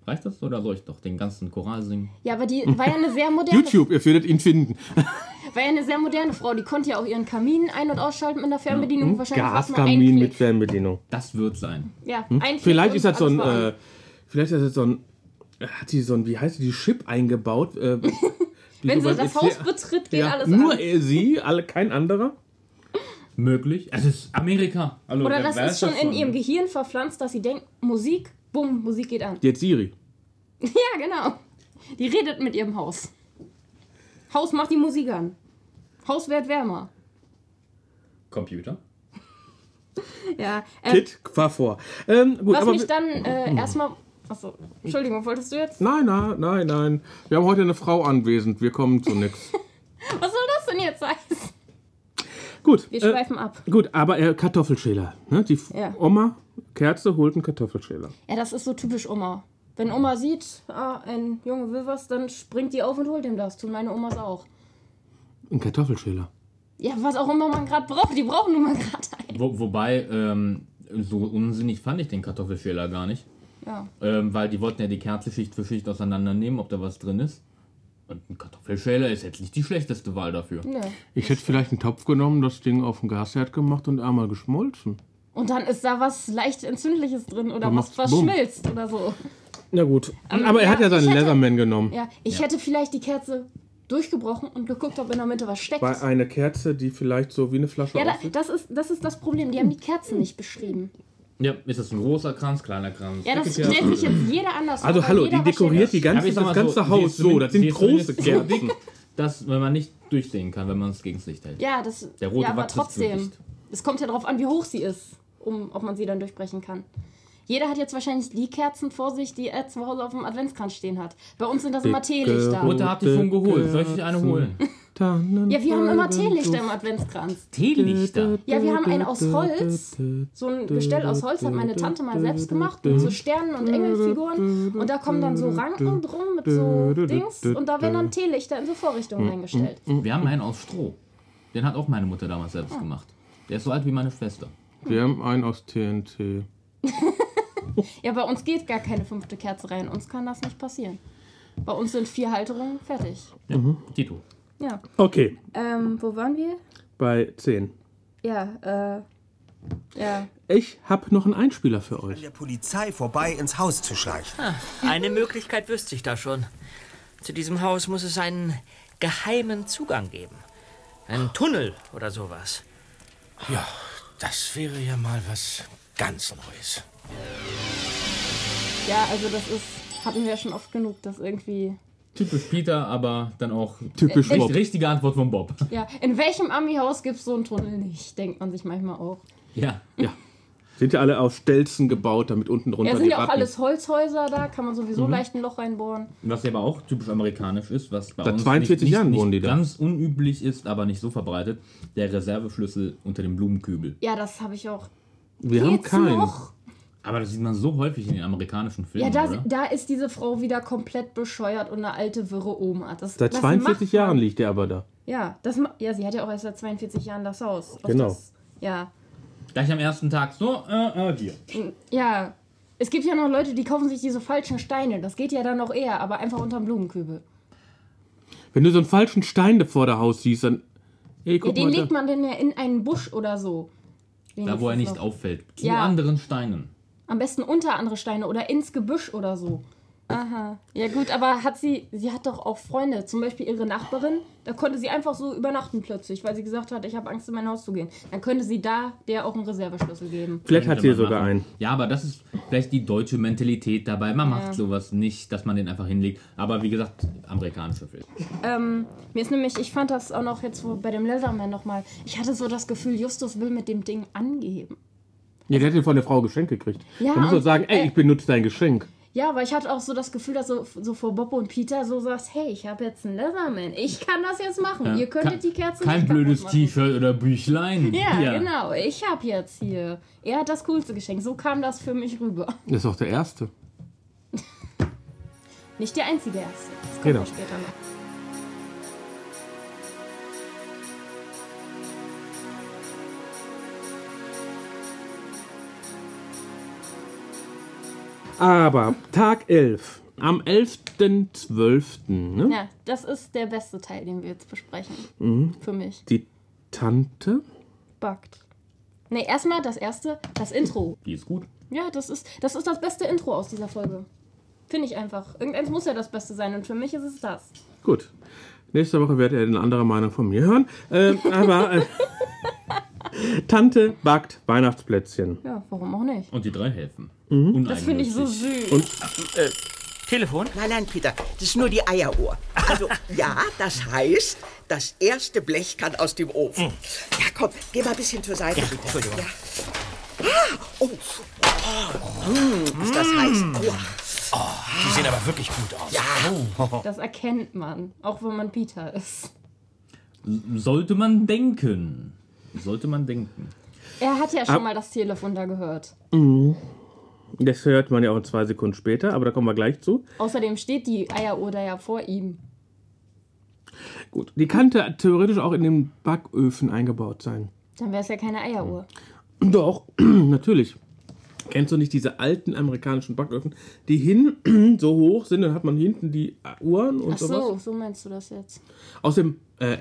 S4: Reicht das oder soll ich doch den ganzen Choral singen?
S5: Ja, aber die war ja eine sehr moderne.
S3: YouTube, ihr werdet ihn finden.
S5: War ja eine sehr moderne Frau. Die konnte ja auch ihren Kamin ein- und ausschalten mit einer Fernbedienung. Wahrscheinlich war's nur ein
S3: Hm? Gaskamin mit
S5: Klick.
S3: Fernbedienung.
S4: Das wird sein.
S5: Ja, ein Klick
S3: Vielleicht
S5: und
S3: ist das so
S5: alles
S3: ein,
S5: war an.
S3: äh, vielleicht ist das so ein, äh, hat die so ein, wie heißt die, Chip eingebaut? Äh, die
S5: Wenn
S3: so
S5: sie
S3: beim
S5: das
S3: EC
S5: Haus betritt, geht
S3: ja,
S5: alles
S3: Nur
S5: an.
S3: er, sie, alle, kein anderer.
S4: Möglich. Es ist Amerika. Hallo,
S5: Oder
S4: wer
S5: das
S4: weiß
S5: ist schon in
S4: davon?
S5: ihrem Gehirn verpflanzt, dass sie denkt, Musik, bumm, Musik geht an.
S3: Jetzt Siri.
S5: Ja, genau. Die redet mit ihrem Haus. Haus macht die Musik an. Haus wird wärmer.
S4: Computer.
S5: Ja. Äh,
S3: Kit, fahr vor. Ähm, gut,
S5: was
S3: aber
S5: mich
S3: wir- Mhm.
S5: dann äh, erstmal. Achso, Entschuldigung, wolltest du jetzt?
S3: Nein, nein, nein, nein. Wir haben heute eine Frau anwesend. Wir kommen zu nichts.
S5: Was soll das denn jetzt heißen?
S3: Gut.
S5: Wir
S3: äh,
S5: schweifen ab.
S3: gut, aber äh, Kartoffelschäler. Ne? Die F-
S5: Ja.
S3: Oma Kerze holt einen Kartoffelschäler.
S5: Ja, das ist so typisch Oma. Wenn Oma sieht, ah, ein Junge will was, dann springt die auf und holt ihm das. Tun meine Omas auch.
S3: Ein Kartoffelschäler.
S5: Ja, was auch immer man gerade braucht, die brauchen nun mal gerade einen.
S4: Wo, wobei, ähm, so unsinnig fand ich den Kartoffelfehler gar nicht.
S5: Ja.
S4: Ähm, weil die wollten ja die Kerze Schicht für Schicht auseinandernehmen, ob da was drin ist. Und ein Kartoffelschäler ist jetzt nicht die schlechteste Wahl dafür.
S5: Nö.
S3: Ich hätte vielleicht einen Topf genommen, das Ding auf den Gasherd gemacht und einmal geschmolzen.
S5: Und dann ist da was leicht Entzündliches drin oder
S3: Dann
S5: was,
S3: macht's
S5: was
S3: Bumm.
S5: schmilzt oder so.
S3: Na gut. aber er
S5: ja,
S3: hat ja seinen
S5: ich hätte-
S3: Leatherman genommen.
S5: Ja, ich hätte vielleicht die Kerze durchgebrochen und geguckt, ob in der Mitte was steckt.
S3: Bei
S5: Ja,
S3: einer Kerze, die vielleicht so wie eine Flasche
S5: da,
S3: aussieht.
S5: das, ist, das ist das Problem. Die haben die Kerzen nicht beschrieben.
S4: Ja, ist das ein großer Kranz, kleiner Kranz?
S5: Ja, das
S4: dicke Kerze?
S5: stellt sich jetzt jeder anders vor,
S3: Also
S5: weil
S3: hallo,
S5: jeder
S3: die
S5: was
S3: dekoriert
S5: steht.
S3: die ganze,
S4: Aber ich sag
S3: das
S4: mal
S3: ganze
S4: sie
S3: Haus
S4: ist
S3: so. Das sind
S4: sie ist zumindest
S3: große
S4: so
S3: Kerzen.
S4: dick, dass wenn man nicht durchsehen kann, wenn man es gegen das Licht hält.
S5: Ja, das,
S4: Der rote
S5: ja aber
S4: Wachs ist
S5: trotzdem.
S4: Gesicht.
S5: Es kommt ja darauf an, wie hoch sie ist, um, ob man sie dann durchbrechen kann. Jeder hat jetzt wahrscheinlich die Kerzen vor sich, die er zu Hause auf dem Adventskranz stehen hat. Bei uns sind das immer Teelichter.
S4: Mutter hat die schon geholt. Soll ich dich eine holen?
S5: Ja, wir haben immer Teelichter im Adventskranz.
S4: Teelichter.
S5: Ja, wir haben einen aus Holz. So ein Gestell aus Holz hat meine Tante mal selbst gemacht mit so Sternen und Engelfiguren. Und da kommen dann so Ranken drum mit so Dings. Und da werden dann Teelichter in so Vorrichtungen eingestellt.
S4: Wir haben einen aus Stroh. Den hat auch meine Mutter damals selbst gemacht. Der ist so alt wie meine Schwester.
S3: Wir haben einen aus TNT.
S5: Ja, bei uns geht gar keine fünfte Kerze rein. Uns kann das nicht passieren. Bei uns sind vier Halterungen fertig.
S4: Ja. Tito.
S5: Ja.
S3: Okay,
S5: Ähm, wo waren wir?
S3: bei 10.
S5: Ja, äh. Ja.
S3: Ich habe noch einen Einspieler für euch.
S9: der Polizei vorbei ins Haus zu schleichen.
S10: Eine Möglichkeit wüsste ich da schon. Zu diesem Haus muss es einen geheimen Zugang geben. Einen Tunnel oder sowas.
S8: Ja, das wäre ja mal was. ganz Neues.
S5: Ja, also das ist, hatten wir ja schon oft genug, dass irgendwie.
S4: Typisch Peter, aber dann auch
S5: Typisch
S4: die
S5: Bob.
S4: richtige Antwort von Bob.
S5: Ja, in welchem Ami-Haus gibt es so einen Tunnel nicht, denkt man sich manchmal auch.
S4: Ja.
S3: Ja. Sind ja alle aus Stelzen gebaut, damit unten drunter
S5: ja, sind
S3: die
S5: ja auch
S3: Ratten-
S5: alles Holzhäuser da, kann man sowieso
S4: Mhm.
S5: leicht ein Loch reinbohren.
S4: Was ja aber auch typisch amerikanisch ist, was bei
S3: Seit
S4: uns
S3: 42
S4: nicht, nicht,
S3: Jahren
S4: nicht
S3: wohnen die da.
S4: ganz unüblich ist, aber nicht so verbreitet, der Reserveschlüssel unter dem Blumenkübel.
S5: Ja, das habe ich auch.
S3: Wir
S5: haben Geht's keinen. noch?
S4: Aber das sieht man so häufig in den amerikanischen
S5: Ja,
S4: Filmen,
S5: da,
S4: oder?
S5: da ist diese Frau wieder komplett bescheuert und eine alte, wirre Oma. Das,
S3: Seit
S5: das
S3: 42
S5: macht-
S3: Jahren liegt der aber da.
S5: Ja, das, ma- ja, sie hat ja auch erst seit 42 Jahren das Haus. Auf
S3: Genau.
S5: Das, ja.
S4: Gleich am ersten Tag so, äh, äh, hier.
S5: Ja, es gibt ja noch Leute, die kaufen sich diese falschen Steine. Das geht ja dann noch eher, aber einfach unterm Blumenkübel.
S3: Wenn du so einen falschen Stein da vor der Haus siehst, dann. Ey,
S5: Ja,
S3: guck
S5: den
S3: mal.
S5: legt
S3: Da.
S5: man denn ja in einen Busch oder so.
S4: Da, wo er
S5: Wenigstens
S4: nicht
S5: noch.
S4: auffällt. Zu
S5: Ja.
S4: anderen Steinen.
S5: Am besten unter andere Steine oder ins Gebüsch oder so. Aha. Ja gut, aber hat sie, sie hat doch auch Freunde. Zum Beispiel ihre Nachbarin, da konnte sie einfach so übernachten plötzlich, weil sie gesagt hat, ich habe Angst, in mein Haus zu gehen. Dann könnte sie da der auch einen Reserveschlüssel geben.
S3: Vielleicht hat
S4: Könnte
S3: sie
S4: man
S3: sogar
S4: machen.
S3: einen.
S4: Ja, aber das ist vielleicht die deutsche Mentalität dabei. Man
S5: Ja.
S4: macht sowas nicht, dass man den einfach hinlegt. Aber wie gesagt, amerikanischer Film.
S5: Ähm, mir ist nämlich, ich fand das auch noch jetzt wo- bei dem Leatherman nochmal, ich hatte so das Gefühl, Justus will mit dem Ding angeben.
S3: Ja, der hat den von der Frau geschenkt gekriegt.
S5: Ja,
S3: Dann muss
S5: und-
S3: er sagen, ey,
S5: äh,
S3: ich benutze dein Geschenk.
S5: Ja, aber ich hatte auch so das Gefühl, dass so, so vor Bob und Peter so sagst, hey, ich habe jetzt einen Leatherman, ich kann das jetzt machen.
S4: Ja.
S5: Ihr könntet
S4: Kein-
S5: die Kerze
S4: Kein
S5: nicht kaputt
S4: blödes
S5: machen.
S4: T-Shirt oder Büchlein.
S5: Ja,
S4: Hier.
S5: genau. Ich habe jetzt hier. Er hat das coolste Geschenk. So kam das für mich rüber.
S3: Das ist auch der erste.
S5: Nicht der einzige erste. Das kommt
S3: Genau.
S5: noch später noch.
S3: Aber Tag 11. Am 11.12. Ne?
S5: Ja, das ist der beste Teil, den wir jetzt besprechen.
S3: Mhm.
S5: Für mich.
S3: Die Tante.
S5: Backt. Nee, erstmal das erste, das Intro.
S4: Die ist gut.
S5: Ja, das ist das, ist das beste Intro aus dieser Folge. Finde ich einfach. Irgendeins muss ja das Beste sein und für mich ist es das.
S3: Gut. Nächste Woche werdet ihr eine andere Meinung von mir hören. Ähm, aber äh, Tante backt Weihnachtsplätzchen.
S5: Ja, warum auch nicht?
S4: Und die drei helfen.
S3: Mhm.
S5: Das finde ich so süß.
S3: Und
S6: Äh, Telefon? Nein, nein, Peter, das ist nur die Eieruhr. Also, ja, das heißt, das erste Blech kann aus dem Ofen. Ja, komm, geh mal ein bisschen zur Seite, bitte. Entschuldigung. Hm. Ja. Ah, oh, oh, mm, ist das heiß. Uah.
S8: Die sehen aber wirklich gut aus.
S6: Ja.
S5: Das erkennt man, auch wenn man Peter ist.
S4: Sollte man denken. Sollte man denken.
S5: Er hat ja schon
S3: Ab-
S5: mal das Telefon da gehört.
S3: Mhm. Das hört man ja auch zwei Sekunden später, aber da kommen wir gleich zu.
S5: Außerdem steht die Eieruhr da ja vor ihm.
S3: Gut. Die kann te- theoretisch auch in den Backöfen eingebaut sein.
S5: Dann wäre es ja keine Eieruhr.
S3: Hm. Doch, natürlich. Kennst du nicht diese alten amerikanischen Backöfen, die hinten so hoch sind, dann hat man hinten die Uhren und
S5: Ach so,
S3: sowas?
S5: so meinst du das jetzt.
S3: Außerdem, äh,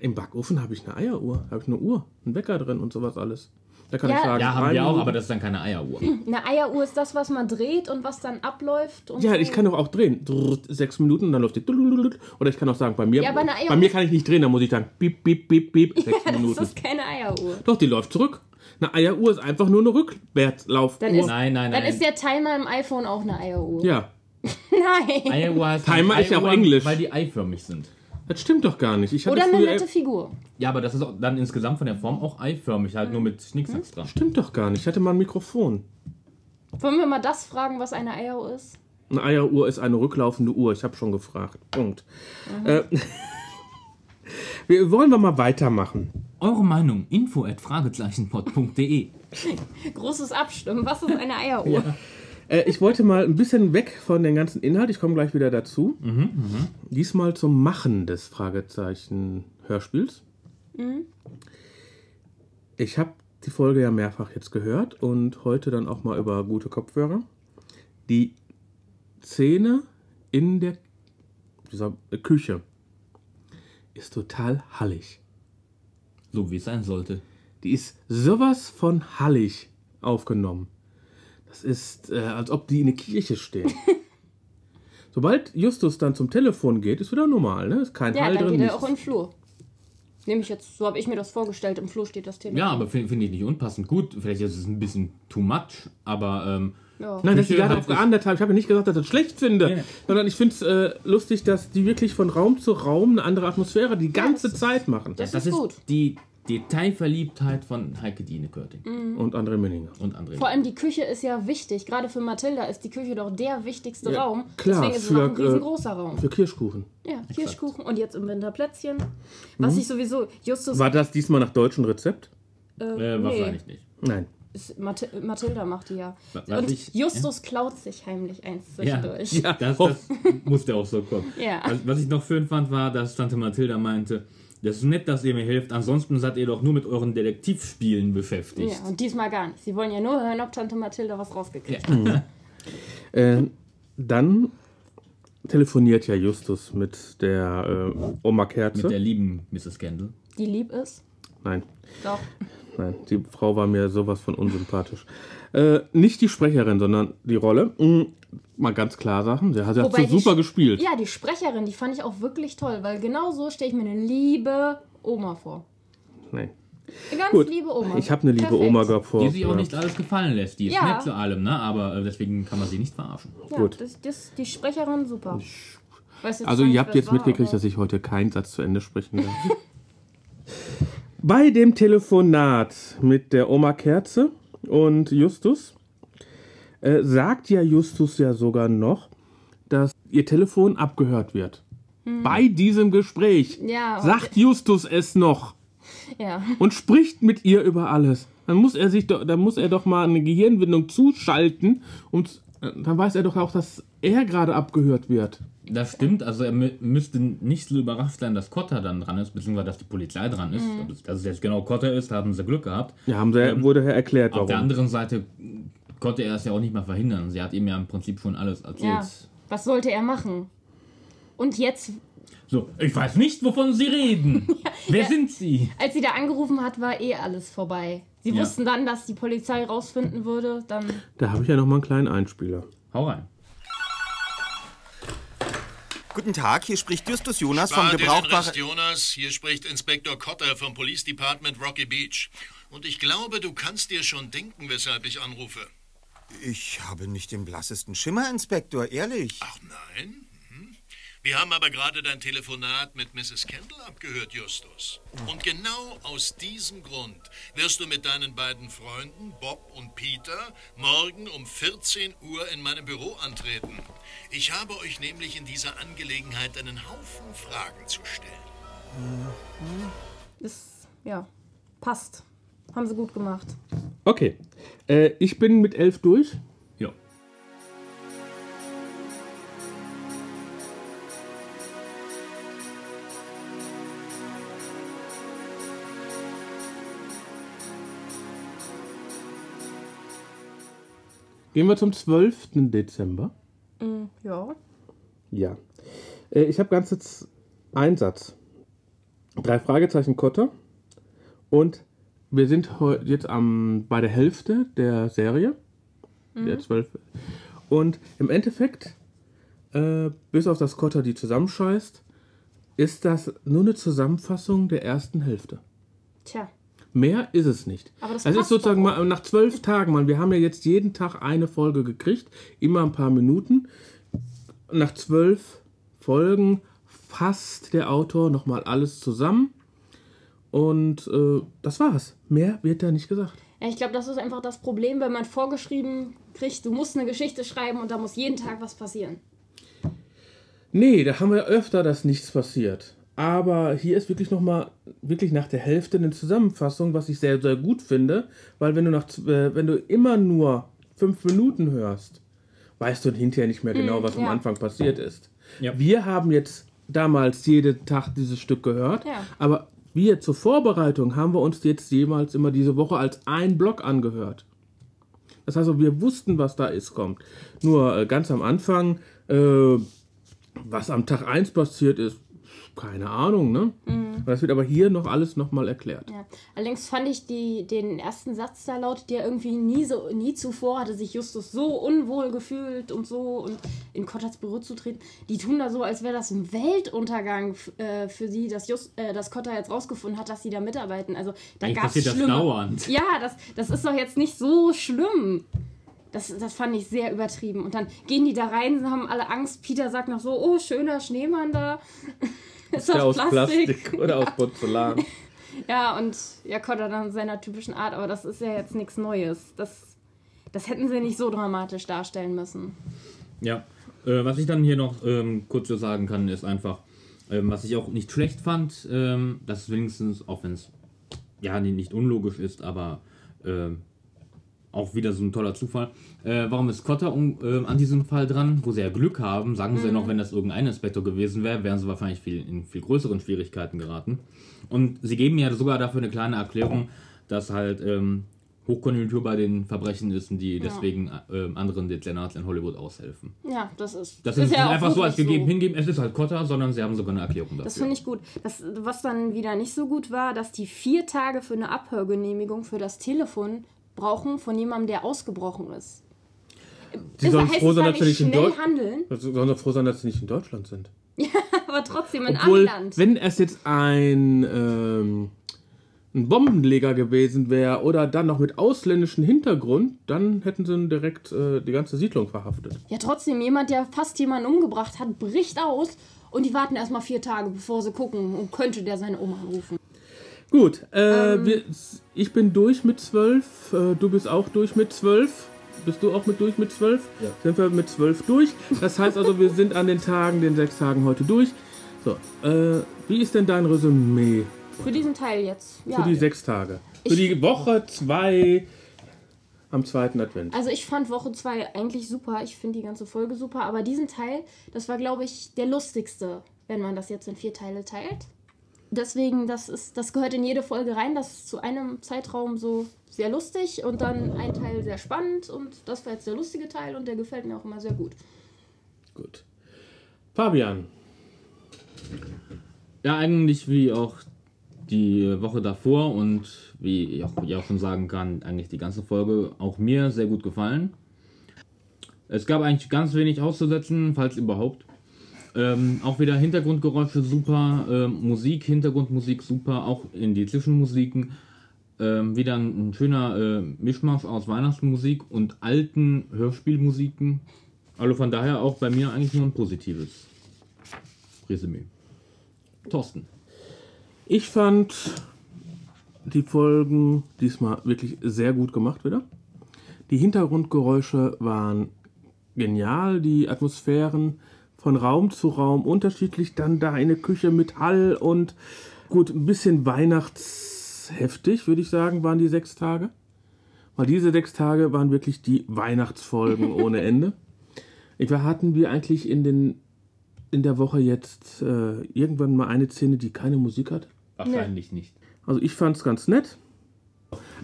S3: im Backofen habe ich eine Eieruhr, habe ich eine Uhr, einen Wecker drin und sowas alles. Da kann ich
S5: Ja.
S3: sagen,
S4: Ja, haben
S3: drei
S4: wir auch,
S3: Minuten-
S4: aber das ist dann keine Eieruhr.
S5: Eine Eieruhr ist das, was man dreht und was dann abläuft. Und
S3: Ja,
S5: so.
S3: ich kann doch auch drehen. Drrrt, Sechs Minuten, dann läuft die. Dulululul. Oder ich kann auch sagen, bei mir,
S5: Ja, aber eine Eieruhr-
S3: bei mir kann ich nicht drehen, da muss ich sagen, piep, piep, piep, piep, sechs
S5: Ja, das
S3: Minuten.
S5: ist keine Eieruhr.
S3: Doch, die läuft zurück. Eine Eieruhr ist einfach nur eine Rückwärtslaufuhr.
S5: Dann ist,
S4: Nein, nein,
S5: dann
S4: nein.
S5: ist der Timer im iPhone auch eine Eieruhr.
S3: ja,
S5: Nein.
S4: Eieruhr heißt
S3: Timer ist ja auch
S4: Eieruhren,
S3: Englisch.
S4: Weil die eiförmig sind.
S3: das stimmt doch gar nicht. Ich hatte
S5: Oder eine
S3: früher- e-
S5: nette Figur.
S4: Ja, aber das ist auch dann insgesamt von der Form auch eiförmig, halt nur mit
S5: Mhm.
S4: Schnicksacks dran.
S3: Stimmt doch gar nicht. Ich hatte mal ein Mikrofon.
S5: Wollen wir mal das fragen, was eine Eieruhr ist?
S3: Eine Eieruhr ist eine rücklaufende Uhr. Ich habe schon gefragt. Punkt. Äh, wir wollen wir mal weitermachen.
S4: Eure Meinung, info at fragezeichenpod.de.
S5: Großes Abstimmen. Was ist eine Eieruhr?
S3: Äh, ich wollte mal ein bisschen weg von dem ganzen Inhalt. Ich komme gleich wieder dazu. Diesmal zum Machen des Fragezeichen Hörspiels.
S5: Mhm.
S3: Ich habe die Folge ja mehrfach jetzt gehört und heute dann auch mal über gute Kopfhörer. Die Szene in der dieser Küche ist total hallig.
S4: So wie es sein sollte.
S3: Die ist sowas von hallig aufgenommen. Das ist, äh, als ob die in eine Kirche stehen. Sobald Justus dann zum Telefon geht, ist wieder normal, ne? Ist kein
S5: Ja,
S3: Hall
S5: dann
S3: drin.
S5: geht er
S3: nichts.
S5: auch in den Flur. Nehme ich jetzt, so habe ich mir das vorgestellt. Im Flo steht das Thema.
S4: Ja, aber finde find ich nicht unpassend. Gut, vielleicht ist es ein bisschen too much, aber. Ähm,
S5: Ja.
S3: Nein, dass die
S4: Küche
S3: gerade
S4: hat
S3: auf
S4: sich-
S3: geahndet haben. Ich habe ja nicht gesagt, dass ich das schlecht finde, sondern ich finde es äh, lustig, dass die wirklich von Raum zu Raum eine andere Atmosphäre die ganze Zeit machen.
S5: Das,
S4: Das
S5: ist
S4: ist
S5: gut.
S4: die Detailverliebtheit von Heike Dine Körting
S3: Und André Menninger.
S4: und André.
S5: Mhm. Vor allem die Küche ist ja wichtig. Gerade für Mathilda ist die Küche doch der wichtigste
S3: Ja,
S5: Raum.
S3: klar,
S5: Deswegen ist es
S3: für,
S5: auch ein
S3: äh,
S5: riesengroßer Raum.
S3: Für Kirschkuchen.
S5: Ja, Kirschkuchen und jetzt im Winter Plätzchen. Was
S3: Mhm.
S5: ich sowieso, Justus,
S3: War das diesmal nach deutschem Rezept?
S5: äh,
S4: Äh,
S5: nee,
S4: wahrscheinlich nicht.
S3: Nein.
S5: ist Mathi- Mathilda macht die ja.
S4: Wa- was
S5: Und
S4: ich-
S5: Justus klaut sich heimlich eins zwischendurch.
S4: Ja, das, das musste auch so kommen.
S5: Ja.
S4: Was, was ich noch schön fand, war, dass Tante Mathilda meinte, das ist nett, dass ihr mir hilft, ansonsten seid ihr doch nur mit euren Detektivspielen beschäftigt.
S5: Ja, und diesmal gar nicht. Sie wollen ja nur hören, ob Tante Mathilda was rausgekriegt hat.
S3: Äh, dann telefoniert ja Justus mit der äh, Oma Kerze.
S4: Mit der lieben Mrs. Kendall.
S5: Die lieb ist.
S3: Nein,
S5: Doch.
S3: nein, die Frau war mir sowas von unsympathisch. Äh, nicht die Sprecherin, sondern die Rolle. Mm, mal ganz klar Sachen. Sie hat, sie hat
S5: Wobei
S3: so
S5: die
S3: super
S5: Sch-
S3: gespielt.
S5: Ja, die Sprecherin, die fand ich auch wirklich toll, weil genau so stelle ich mir eine liebe Oma vor.
S3: Nee.
S5: Eine ganz
S3: Gut.
S5: liebe Oma.
S3: Ich habe eine liebe
S5: Perfekt.
S3: Oma gehabt vor.
S4: Die sich auch nicht alles gefallen lässt. Die ist
S5: Ja.
S4: nett zu allem, ne? aber äh, deswegen kann man sie nicht verarschen.
S5: Ja,
S3: Gut.
S5: Das, das, die Sprecherin super. Weiß jetzt
S3: Also
S5: zwar
S3: ihr
S5: nicht,
S3: habt
S5: wer es
S3: jetzt
S5: war,
S3: mitgekriegt,
S5: aber-
S3: dass ich heute keinen Satz zu Ende sprechen darf. Bei dem Telefonat mit der Oma Kerze und Justus äh, sagt ja Justus ja sogar noch, dass ihr Telefon abgehört wird. Bei diesem Gespräch
S5: Hm. Ja,
S3: sagt Justus es noch
S5: ja.
S3: und spricht mit ihr über alles. Dann muss er sich doch, dann muss er doch mal eine Gehirnwindung zuschalten und äh, dann weiß er doch auch, dass er gerade abgehört wird.
S4: Das stimmt, also er mü- müsste nicht so überrascht sein, dass Cotter dann dran ist, beziehungsweise dass die Polizei dran ist. Dass es jetzt genau Cotter ist, haben sie Glück gehabt. Ähm,
S3: Ja, haben sie, wurde ja erklärt,
S4: Auf der
S3: warum.
S4: anderen Seite konnte er es ja auch nicht mal verhindern. Sie hat ihm ja im Prinzip schon alles erzählt.
S5: ja. Was sollte er machen? Und jetzt,
S4: So, ich weiß nicht, wovon Sie reden. Wer sind Sie?
S5: als sie da angerufen hat, war eh alles vorbei. Sie
S4: Ja.
S5: wussten dann, dass die Polizei rausfinden würde. Dann
S3: Da habe ich ja noch mal einen kleinen Einspieler.
S4: Hau rein.
S9: Guten Tag, hier spricht Justus Jonas vom Gebrauchbaren.
S11: Jonas, hier spricht Inspektor Cotter vom Police Department Rocky Beach. Und ich glaube, du kannst dir schon denken, weshalb ich anrufe.
S9: Ich habe nicht den blassesten Schimmer, Inspektor, ehrlich.
S11: Ach nein? Mhm. Wir haben aber gerade dein Telefonat mit Mrs. Kendall abgehört, Justus. Und genau aus diesem Grund wirst du mit deinen beiden Freunden, Bob und Peter, morgen um 14 Uhr in meinem Büro antreten. Ich habe euch nämlich in dieser Angelegenheit einen Haufen Fragen zu stellen.
S5: ist, ja, passt. Haben sie gut gemacht.
S3: Okay, äh, ich bin mit elf durch.
S4: Jo.
S3: Gehen wir zum 12. Dezember.
S5: Ja.
S3: Ja. Äh, ich habe ganz jetzt einen Satz. Drei Fragezeichen Kotter. Und wir sind heu- jetzt am, bei der Hälfte der Serie. Der 12. Und im Endeffekt, äh, bis auf das Kotter die zusammenscheißt, ist das nur eine Zusammenfassung der ersten Hälfte.
S5: Tja.
S3: Mehr ist es nicht. Also
S5: Aber das
S3: es ist
S5: passt
S3: sozusagen mal nach zwölf Tagen, man, wir haben ja jetzt jeden Tag eine Folge gekriegt, immer ein paar Minuten. Nach zwölf Folgen fasst der Autor nochmal alles zusammen. Und äh, das war's. Mehr wird da nicht gesagt.
S5: Ja, ich glaube, das ist einfach das Problem, wenn man vorgeschrieben kriegt, du musst eine Geschichte schreiben und da muss jeden Tag was passieren.
S3: Nee, da haben wir öfter, dass nichts passiert. Aber hier ist wirklich nochmal, wirklich nach der Hälfte eine Zusammenfassung, was ich sehr, sehr gut finde, weil wenn du, nach, z- äh, wenn du immer nur fünf Minuten hörst, weißt du hinterher nicht mehr genau, was am
S5: ja.
S3: Anfang passiert ist.
S4: Ja.
S3: Wir haben jetzt damals jeden Tag dieses Stück gehört,
S5: Ja.
S3: aber wir zur Vorbereitung haben wir uns jetzt jemals immer diese Woche als ein Block angehört. Das heißt, wir wussten, was da ist, kommt. Nur äh, ganz am Anfang, äh, was am Tag 1 passiert ist, keine Ahnung, ne?
S5: Mhm.
S3: Das wird aber hier noch alles nochmal erklärt.
S5: Ja. Allerdings fand ich die, den ersten Satz da laut, der irgendwie nie, so, nie zuvor hatte sich Justus so unwohl gefühlt und so und in Kottas Büro zu treten. Die tun da so, als wäre das ein Weltuntergang f- äh, für sie, dass, Just, äh, dass Kotta jetzt rausgefunden hat, dass sie da mitarbeiten. Also da
S4: Eigentlich
S5: gab es
S4: passiert das dauernd.
S5: Ja, das, das ist doch jetzt nicht so schlimm. Das, das fand ich sehr übertrieben. Und dann gehen die da rein, haben alle Angst. Peter sagt noch so, oh, schöner Schneemann da.
S3: Ist der aus Plastik oder aus Porzellan.
S5: Ja, und ja, Kotter dann in seiner typischen Art, aber das ist ja jetzt nichts Neues. Das, das hätten sie nicht so dramatisch darstellen müssen.
S4: Ja, äh, was ich dann hier noch ähm, kurz so sagen kann, ist einfach, ähm, was ich auch nicht schlecht fand, ähm, dass es wenigstens, auch wenn es ja ni- nicht unlogisch ist, aber ähm, auch wieder so ein toller Zufall, äh, warum ist Cotter um, ähm, an diesem Fall dran, wo sie ja Glück haben, sagen sie ja
S12: Mhm.
S4: noch, wenn das irgendein Inspektor gewesen wäre, wären sie wahrscheinlich viel, in viel größeren Schwierigkeiten geraten. Und sie geben ja sogar dafür eine kleine Erklärung, dass halt ähm, Hochkonjunktur bei den Verbrechen ist und die
S5: Ja.
S4: deswegen ähm, anderen Dezernats in Hollywood aushelfen.
S5: Ja, das ist.
S4: Das ist,
S5: ja auch
S4: einfach so als
S5: wirklich
S4: gegeben hingeben. Es ist halt Kotter, sondern sie haben sogar eine Erklärung dafür.
S5: Das finde ich gut. Das, was dann wieder nicht so gut war, dass die vier Tage für eine Abhörgenehmigung für das Telefon brauchen von jemandem, der ausgebrochen ist.
S3: Sie
S5: Es
S3: sollen
S5: heißt
S3: froh sein,
S5: zwar
S3: dass sie nicht in
S5: schnell
S3: Deutschland
S5: handeln,
S3: Also sollen doch froh sein, dass sie nicht in Deutschland sind.
S5: aber trotzdem in
S3: Obwohl,
S5: Anland.
S3: wenn es jetzt ein, ähm, ein Bombenleger gewesen wäre oder dann noch mit ausländischem Hintergrund, dann hätten sie direkt äh, die ganze Siedlung verhaftet.
S5: Ja, trotzdem, jemand, der fast jemanden umgebracht hat, bricht aus und die warten erstmal vier Tage, bevor sie gucken und könnte der seine Oma rufen.
S3: Gut, äh,
S5: Ähm.
S3: wir, ich bin durch mit 12, äh, du bist auch durch mit 12. Bist du auch mit durch mit 12?
S12: Ja.
S3: Sind wir mit 12 durch? Das heißt also, wir sind an den Tagen, den sechs Tagen heute durch. So, äh, wie ist denn dein Resümee
S5: Für diesen Teil jetzt. Ja.
S3: für die sechs Tage? Für
S5: Ich-
S3: die Woche 2 am zweiten Advent.
S5: Also ich fand Woche 2 eigentlich super. Ich finde die ganze Folge super. Aber diesen Teil, das war, glaube ich, der lustigste, wenn man das jetzt in vier Teile teilt. Deswegen, das, ist, das gehört in jede Folge rein. Das ist zu einem Zeitraum so sehr lustig und dann ein Teil sehr spannend. Und das war jetzt der lustige Teil und der gefällt mir auch immer sehr gut.
S3: Gut. Fabian.
S4: Ja, eigentlich wie auch die Woche davor und wie ich auch, ich auch schon sagen kann, eigentlich die ganze Folge auch mir sehr gut gefallen. Es gab eigentlich ganz wenig auszusetzen, falls überhaupt. Ähm, auch wieder Hintergrundgeräusche super, ähm, Musik, Hintergrundmusik super, auch in die Zwischenmusiken. Ähm, wieder ein, ein schöner äh, Mischmasch aus Weihnachtsmusik und alten Hörspielmusiken. Also von daher auch bei mir eigentlich nur ein positives Resümee. Thorsten.
S3: Ich fand die Folgen diesmal wirklich sehr gut gemacht wieder. Die Hintergrundgeräusche waren genial, die Atmosphären von Raum zu Raum unterschiedlich, dann da eine Küche mit Hall und gut, ein bisschen weihnachtsheftig, würde ich sagen, waren die sechs Tage. Weil diese sechs Tage waren wirklich die Weihnachtsfolgen ohne Ende. Ich war, hatten wir eigentlich in, den, in der Woche jetzt äh, irgendwann mal eine Szene, die keine Musik hat?
S4: Wahrscheinlich nicht.
S3: Also ich fand's ganz nett.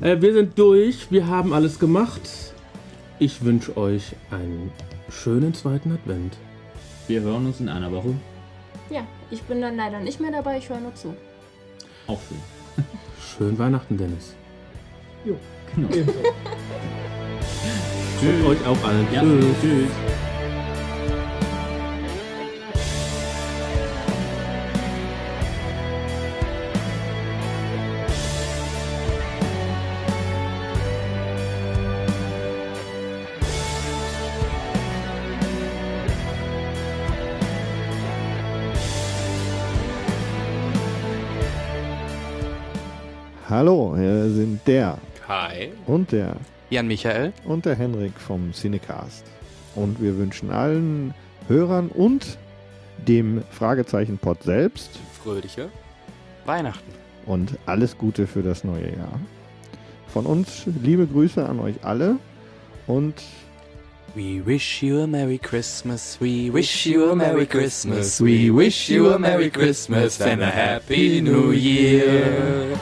S3: Äh, wir sind durch, wir haben alles gemacht. Ich wünsche euch einen schönen zweiten Advent.
S4: Wir hören uns in einer Woche.
S5: Ja, ich bin dann leider nicht mehr dabei. Ich höre nur zu.
S4: Auch schön.
S3: Schönen Weihnachten, Dennis.
S5: Jo.
S3: Und euch auch allen.
S4: Ja, tschüss.
S13: Hallo, hier sind der
S14: Hi.
S13: und der
S14: Jan Michael.
S13: und der Henrik vom Cinecast. Und wir wünschen allen Hörern und dem Fragezeichen-Pod selbst
S14: Fröhliche Weihnachten.
S13: und alles Gute für das neue Jahr. Von uns liebe Grüße an euch alle und
S14: We wish you a Merry Christmas. We wish you a Merry Christmas. We wish you a Merry Christmas and a Happy New Year.